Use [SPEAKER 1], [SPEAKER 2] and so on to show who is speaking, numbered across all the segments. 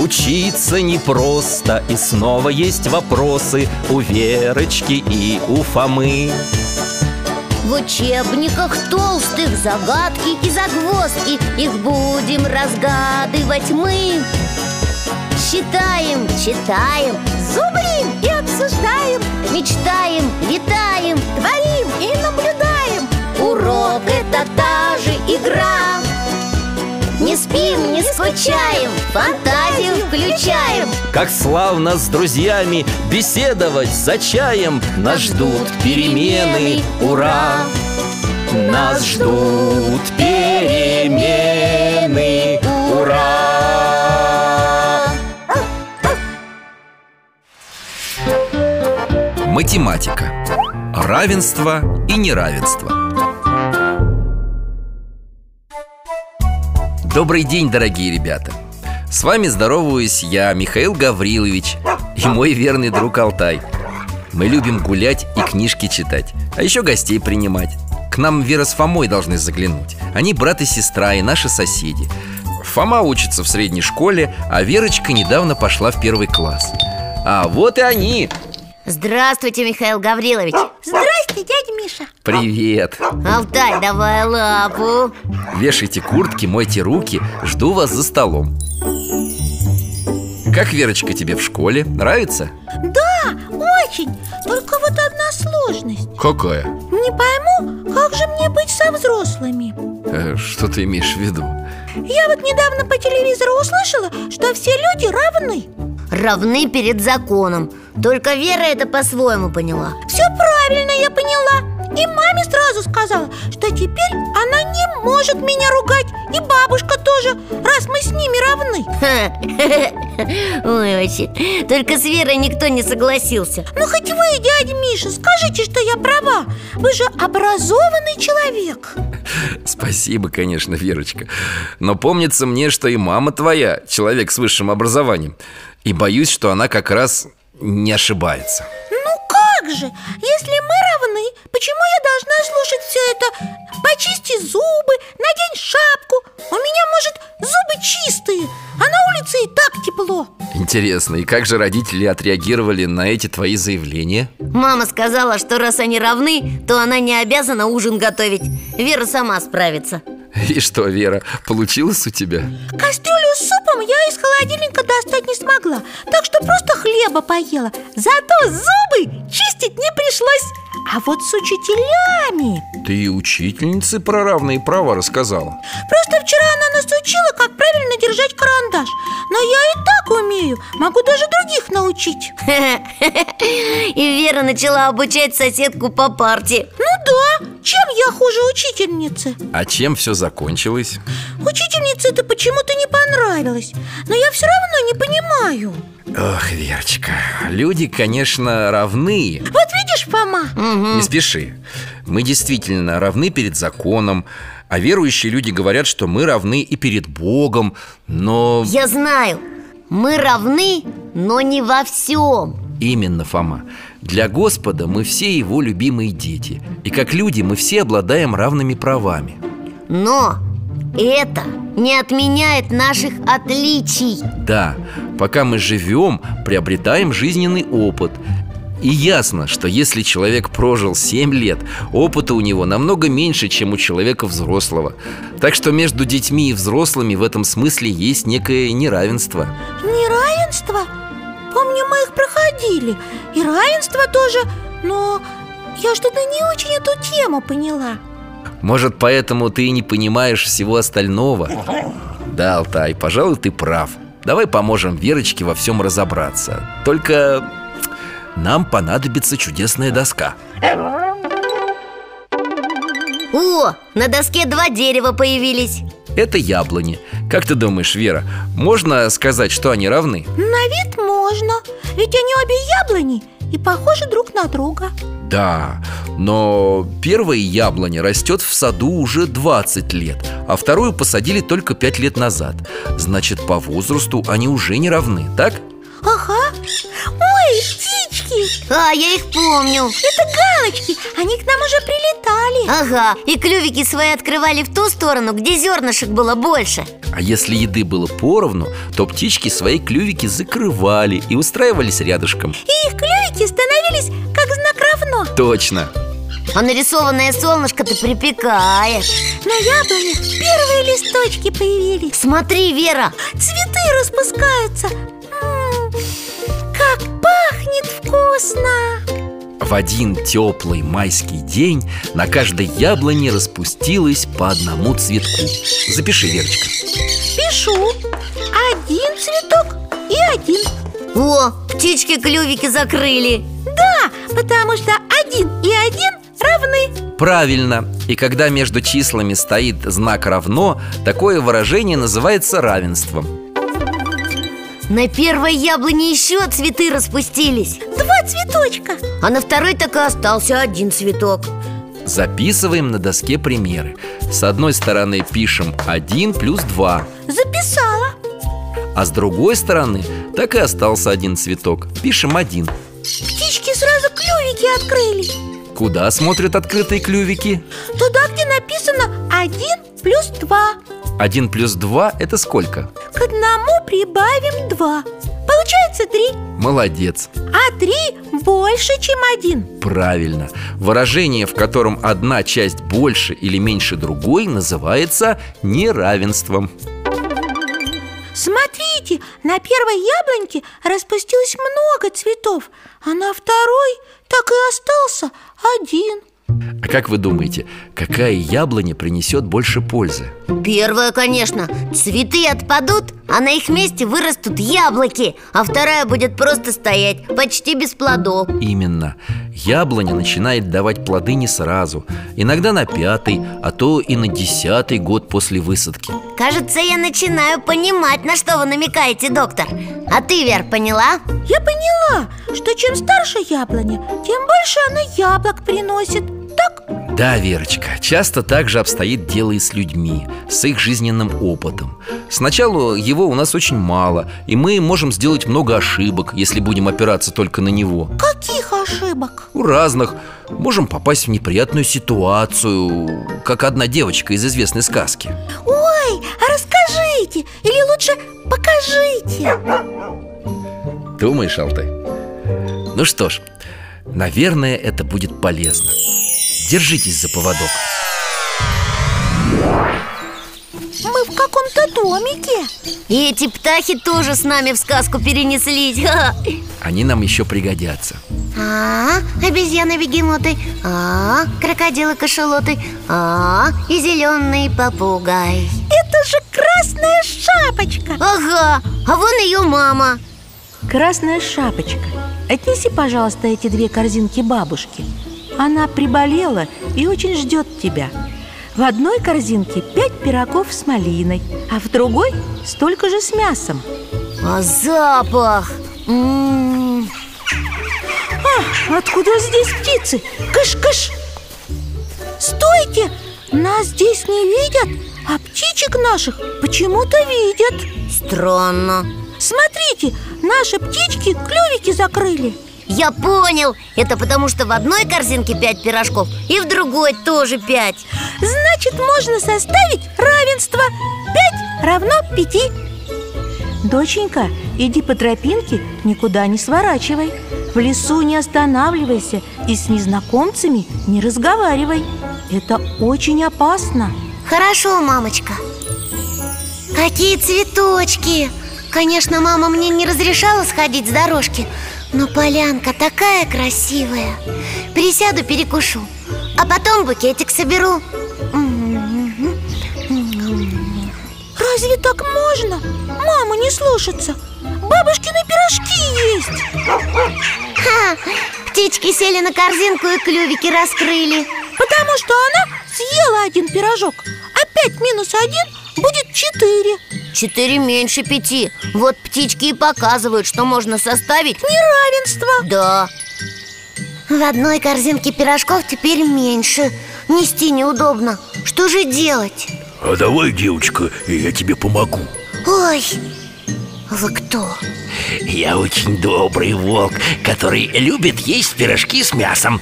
[SPEAKER 1] учиться непросто И снова есть вопросы у Верочки и у Фомы
[SPEAKER 2] В учебниках толстых загадки и загвоздки Их будем разгадывать мы Считаем, читаем,
[SPEAKER 3] зубрим и обсуждаем
[SPEAKER 2] мечтаем, витаем
[SPEAKER 3] Творим и наблюдаем
[SPEAKER 2] Урок – это та же игра Не спим, не скучаем, фантазию включаем
[SPEAKER 1] Как славно с друзьями беседовать за чаем Нас ждут перемены, ура! Нас ждут перемены, ура!
[SPEAKER 4] Математика. Равенство и неравенство. Добрый день, дорогие ребята. С вами здороваюсь я, Михаил Гаврилович, и мой верный друг Алтай. Мы любим гулять и книжки читать, а еще гостей принимать. К нам Вера с Фомой должны заглянуть. Они брат и сестра, и наши соседи. Фома учится в средней школе, а Верочка недавно пошла в первый класс. А вот и они!
[SPEAKER 2] Здравствуйте, Михаил Гаврилович
[SPEAKER 3] Здрасте, дядя Миша
[SPEAKER 4] Привет!
[SPEAKER 2] Алтай, давай лапу
[SPEAKER 4] Вешайте куртки, мойте руки, жду вас за столом. Как Верочка тебе в школе? Нравится?
[SPEAKER 3] Да, очень Только вот одна сложность
[SPEAKER 4] Какая?
[SPEAKER 3] Не пойму, как же мне быть со взрослыми
[SPEAKER 4] Э, что ты имеешь в виду?
[SPEAKER 3] Я вот недавно по телевизору услышала, что все люди равны
[SPEAKER 2] Равны перед законом Только Вера это по-своему поняла
[SPEAKER 3] Все правильно я поняла И маме сразу сказала, что теперь она не может меня ругать И бабушка тоже, раз мы с ними равны
[SPEAKER 2] Ой, очень Только с Верой никто не согласился
[SPEAKER 3] Ну хоть вы, дядя Миша, скажите, что я права Вы же образованный человек
[SPEAKER 4] Спасибо, конечно, Верочка. Но помнится мне, что и мама твоя человек с высшим образованием. И боюсь, что она как раз не ошибается.
[SPEAKER 3] Ну как же, если мы равны, почему я должна слушать все это? Почисти зубы, надень шапку У меня, может, зубы чистые, а на улице и так тепло
[SPEAKER 4] Интересно, и как же родители отреагировали на эти твои заявления?
[SPEAKER 2] Мама сказала, что раз они равны, то она не обязана ужин готовить Вера сама справится
[SPEAKER 4] И что, Вера, получилось у тебя?
[SPEAKER 3] Кастрюлю с супом я из холодильника достать не смогла Так что просто хлеба поела Зато зубы чистить не пришлось А вот с учителями
[SPEAKER 4] Ты учительнице про равные права рассказала.
[SPEAKER 3] Просто вчера она нас учила, как правильно держать карандаш Но я и так умею, могу даже других научить
[SPEAKER 2] И Вера начала обучать соседку по парте
[SPEAKER 3] Ну да, чем я хуже учительницы?
[SPEAKER 4] А чем все закончилось?
[SPEAKER 3] Учительнице это почему-то не понравилось Но я все равно не понимаю
[SPEAKER 4] Ох, Верочка, люди, конечно, равны
[SPEAKER 3] Вот видишь, Фома,
[SPEAKER 2] Мгм.
[SPEAKER 4] Не спеши Мы действительно равны перед законом А верующие люди говорят, что мы равны и перед Богом Но
[SPEAKER 2] Я знаю, мы равны, но не во всем
[SPEAKER 4] именно, Фома Для Господа мы все его любимые дети И как люди мы все обладаем равными правами
[SPEAKER 2] Но это не отменяет наших отличий
[SPEAKER 4] Да, пока мы живем, приобретаем жизненный опыт и ясно, что если человек прожил 7 лет, опыта у него намного меньше, чем у человека взрослого. Так что между детьми и взрослыми в этом смысле есть некое неравенство.
[SPEAKER 3] неравенство Помню, мы их проходили И равенство тоже, но я что-то не очень эту тему поняла
[SPEAKER 4] Может, поэтому ты и не понимаешь всего остального? Да, Алтай, пожалуй, ты прав. Давай поможем Верочке во всем разобраться. Только нам понадобится чудесная доска.
[SPEAKER 2] О, на доске два дерева появились
[SPEAKER 4] Это яблони. Как ты думаешь, Вера, можно сказать, что они равны?
[SPEAKER 3] На вид можно, ведь они обе яблони и похожи друг на друга
[SPEAKER 4] Да, но первое яблоня растет в саду уже 20 лет, а вторую посадили только 5 лет назад. Значит, по возрасту они уже не равны, так?
[SPEAKER 3] Ага, ой, птичка, галочки
[SPEAKER 2] А, я их помню
[SPEAKER 3] Это галочки, они к нам уже прилетали
[SPEAKER 2] Ага, и клювики свои открывали в ту сторону, где зернышек было больше
[SPEAKER 4] А если еды было поровну, то птички свои клювики закрывали и устраивались рядышком
[SPEAKER 3] И их клювики становились как знак равно
[SPEAKER 4] Точно!
[SPEAKER 2] А нарисованное солнышко ты припекаешь
[SPEAKER 3] На яблоне первые листочки появились
[SPEAKER 2] Смотри, Вера,
[SPEAKER 3] Цветы распускаются М, Как пахнет вкусно
[SPEAKER 4] В один теплый майский день на каждой яблоне распустилось по одному цветку Запиши, Верочка
[SPEAKER 3] Пишу Один цветок и один
[SPEAKER 2] о, птички клювики закрыли
[SPEAKER 3] Да, А, потому что один и один равны
[SPEAKER 4] Правильно! И когда между числами стоит знак «равно», такое выражение называется равенством
[SPEAKER 2] На первой яблоне еще цветы распустились
[SPEAKER 3] Два цветочка
[SPEAKER 2] А на второй так и остался один цветок
[SPEAKER 4] Записываем на доске примеры С одной стороны пишем 1 плюс 2
[SPEAKER 3] Записала
[SPEAKER 4] А с другой стороны так и остался один цветок Пишем один
[SPEAKER 3] Птички сразу клювики открыли
[SPEAKER 4] Куда смотрят открытые клювики?
[SPEAKER 3] Туда, где написано один плюс два
[SPEAKER 4] 1 плюс 2 – это сколько?
[SPEAKER 3] К одному прибавим два Получается три
[SPEAKER 4] Молодец!
[SPEAKER 3] А три больше, чем один
[SPEAKER 4] Правильно! Выражение, в котором одна часть больше или меньше другой, называется неравенством
[SPEAKER 3] Смотрите, на первой яблоньке распустилось много цветов А на второй так и остался один
[SPEAKER 4] А как вы думаете, какая яблоня принесет больше пользы?
[SPEAKER 2] Первая, конечно, цветы отпадут, а на их месте вырастут яблоки А вторая будет просто стоять, почти без плодов
[SPEAKER 4] Именно, яблоня начинает давать плоды не сразу Иногда на пятый, а то и на десятый год после высадки
[SPEAKER 2] Кажется, я начинаю понимать, на что вы намекаете, доктор А ты, Вер, поняла?
[SPEAKER 3] Я поняла, что чем старше яблоня, тем больше она яблок приносит Так?
[SPEAKER 4] Да, Верочка, часто так же обстоит дело и с людьми, с их жизненным опытом. Сначала его у нас очень мало, и мы можем сделать много ошибок, если будем опираться только на него.
[SPEAKER 3] Каких ошибок?
[SPEAKER 4] У разных можем попасть в неприятную ситуацию, как одна девочка из известной сказки.
[SPEAKER 3] Ой, а расскажите, или лучше покажите
[SPEAKER 4] Думаешь, Алтай? Ну что ж, наверное, это будет полезно. Держитесь за поводок.
[SPEAKER 3] Мы в каком-то домике
[SPEAKER 2] И эти птахи тоже с нами в сказку перенеслись Ха-ха.
[SPEAKER 4] Они нам еще пригодятся.
[SPEAKER 2] А, обезьяны-бегемоты А, крокодилы-кашалоты А, и зеленый попугай
[SPEAKER 3] Это же красная шапочка
[SPEAKER 2] Ага, а вон ее мама
[SPEAKER 3] Красная шапочка Отнеси, пожалуйста, эти две корзинки бабушке Она приболела и очень ждет тебя В одной корзинке пять пирогов с малиной А в другой столько же с мясом
[SPEAKER 2] А запах М,
[SPEAKER 3] А, откуда здесь птицы? Кыш-кыш! Стойте! Нас здесь не видят, а птичек наших почему-то видят
[SPEAKER 2] Странно
[SPEAKER 3] Смотрите, наши птички клювики закрыли
[SPEAKER 2] Я понял, это потому что в одной корзинке пять пирожков И в другой тоже пять
[SPEAKER 3] Значит, можно составить равенство 5 равно 5 Доченька, иди по тропинке, никуда не сворачивай В лесу не останавливайся и с незнакомцами не разговаривай Это очень опасно
[SPEAKER 2] Хорошо, мамочка Какие цветочки! Конечно, мама мне не разрешала сходить с дорожки Но полянка такая красивая Присяду, перекушу А потом букетик соберу М-м-м. М-м-м.
[SPEAKER 3] Разве так можно? Маму не слушаться Бабушкины пирожки есть
[SPEAKER 2] Ха! Птички сели на корзинку и клювики раскрыли
[SPEAKER 3] Потому что она съела один пирожок А 5 минус один будет 4
[SPEAKER 2] Четыре меньше пяти Вот птички и показывают, что можно составить
[SPEAKER 3] Неравенство
[SPEAKER 2] Да В одной корзинке пирожков теперь меньше Нести неудобно Что же делать?
[SPEAKER 5] А давай, девочка, я тебе помогу
[SPEAKER 2] Ой, Вы кто?
[SPEAKER 5] Я очень добрый волк, который любит есть пирожки с мясом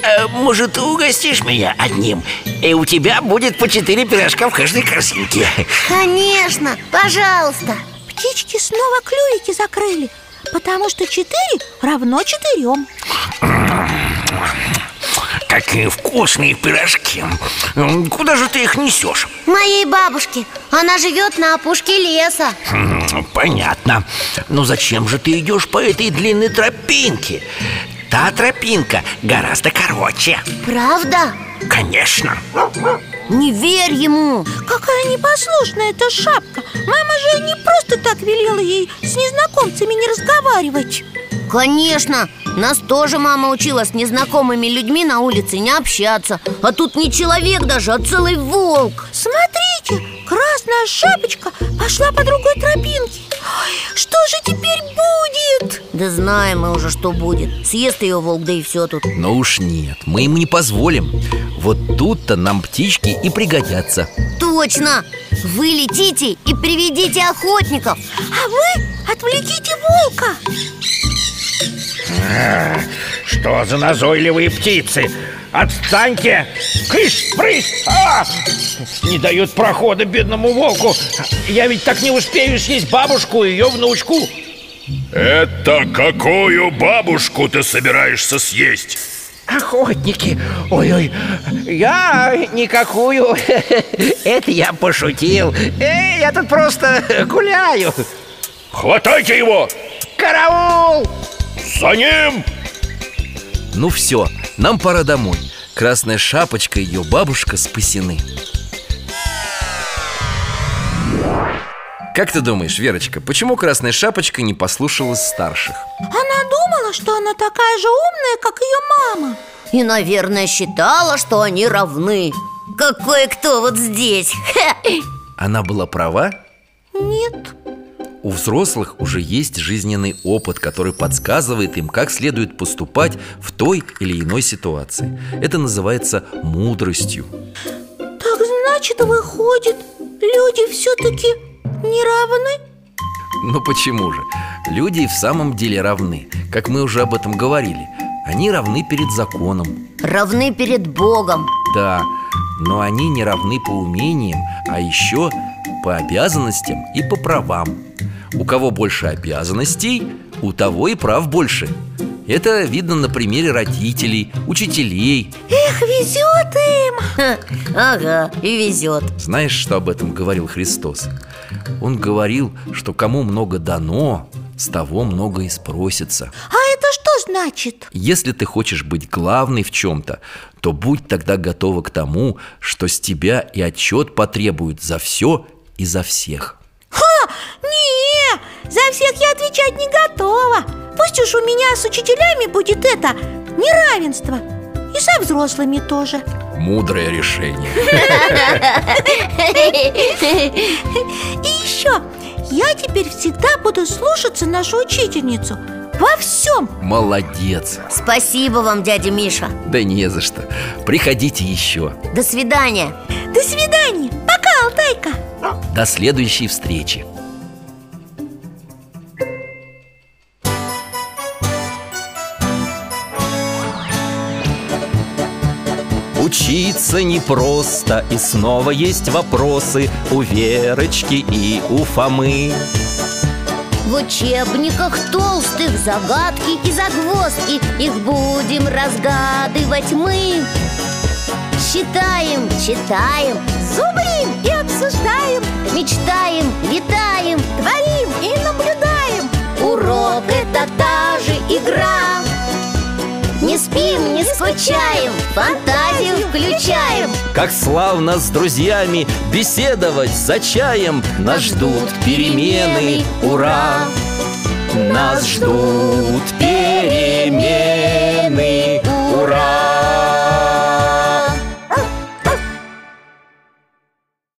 [SPEAKER 5] Э, Может, угостишь меня одним? И у тебя будет по четыре пирожка в каждой корзинке
[SPEAKER 2] Конечно, пожалуйста
[SPEAKER 3] Птички снова клювики закрыли Потому что четыре равно четырем
[SPEAKER 5] Какие вкусные пирожки М, Куда же ты их несешь?
[SPEAKER 2] Моей бабушке Она живет на опушке леса
[SPEAKER 5] М, Понятно Но зачем же ты идешь по этой длинной тропинке? Та тропинка гораздо короче
[SPEAKER 2] Правда?
[SPEAKER 5] Конечно
[SPEAKER 2] Не верь ему
[SPEAKER 3] Какая непослушная эта шапка Мама же не просто так велела ей с незнакомцами не разговаривать
[SPEAKER 2] Конечно, нас тоже мама учила с незнакомыми людьми на улице не общаться А тут не человек даже, а целый волк
[SPEAKER 3] Смотрите, красная шапочка пошла по другой тропинке Ой, Что же теперь будет?
[SPEAKER 2] Да знаем мы уже, что будет Съест ее волк, да и все тут
[SPEAKER 4] Но уж нет, мы им не позволим Вот тут-то нам птички и пригодятся
[SPEAKER 2] Точно! Вы летите и приведите охотников
[SPEAKER 3] А вы отвлеките волка
[SPEAKER 6] Что за назойливые птицы? Отстаньте! Кыш-прыш! А! Не дают прохода бедному волку Я ведь так не успею съесть бабушку и ее внучку
[SPEAKER 7] Это какую бабушку ты собираешься съесть?
[SPEAKER 6] Охотники! Ой-ой, я никакую Это я пошутил Эй, я тут просто гуляю
[SPEAKER 7] Хватайте его!
[SPEAKER 6] Караул!
[SPEAKER 7] За ним!
[SPEAKER 4] Ну все, нам пора домой Красная шапочка и ее бабушка спасены Как ты думаешь, Верочка, почему Красная Шапочка не послушалась старших?
[SPEAKER 3] Она думала, что она такая же умная, как ее мама
[SPEAKER 2] И, наверное, считала, что они равны Какой кто вот здесь Хе!
[SPEAKER 4] Она была права?
[SPEAKER 3] Нет,
[SPEAKER 4] У взрослых уже есть жизненный опыт, который подсказывает им, как следует поступать в той или иной ситуации. Это называется мудростью.
[SPEAKER 3] так значит выходит, люди все-таки не равны
[SPEAKER 4] Но Ну почему же? Люди и в самом деле равны, как мы уже об этом говорили. Они равны перед законом.
[SPEAKER 2] Равны перед Богом
[SPEAKER 4] Да, но они не равны по умениям, а еще по обязанностям и по правам. У кого больше обязанностей, у того и прав больше. Это видно на примере родителей, учителей,
[SPEAKER 3] Эх, везет им
[SPEAKER 2] Ха, Ага, и везет
[SPEAKER 4] Знаешь, что об этом говорил Христос? Он говорил, что кому много дано, с того много и спросится.
[SPEAKER 3] А это что значит?
[SPEAKER 4] Если ты хочешь быть главной в чем-то, то будь тогда готова к тому, что с тебя и отчет потребуют за все и за всех.
[SPEAKER 3] Ха! Не, за всех я отвечать не готова Пусть уж у меня с учителями будет это неравенство И со взрослыми тоже
[SPEAKER 4] Мудрое решение.
[SPEAKER 3] И еще, я теперь всегда буду слушаться нашу учительницу Во всем
[SPEAKER 4] Молодец.
[SPEAKER 2] Спасибо вам, дядя Миша
[SPEAKER 4] Да не за что. Приходите еще.
[SPEAKER 2] До свидания
[SPEAKER 3] До свидания, пока, Алтайка
[SPEAKER 4] До следующей встречи.
[SPEAKER 1] Учиться непросто И снова есть вопросы У Верочки и у Фомы
[SPEAKER 2] В учебниках толстых загадки и загвоздки Их будем разгадывать мы Считаем, читаем, зубрим и обсуждаем Мечтаем, летаем, творим и наблюдаем Урок — это та же игра Не спим, не скучаем, фантазию включаем
[SPEAKER 1] Как славно с друзьями беседовать за чаем Нас ждут перемены, ура! Нас ждут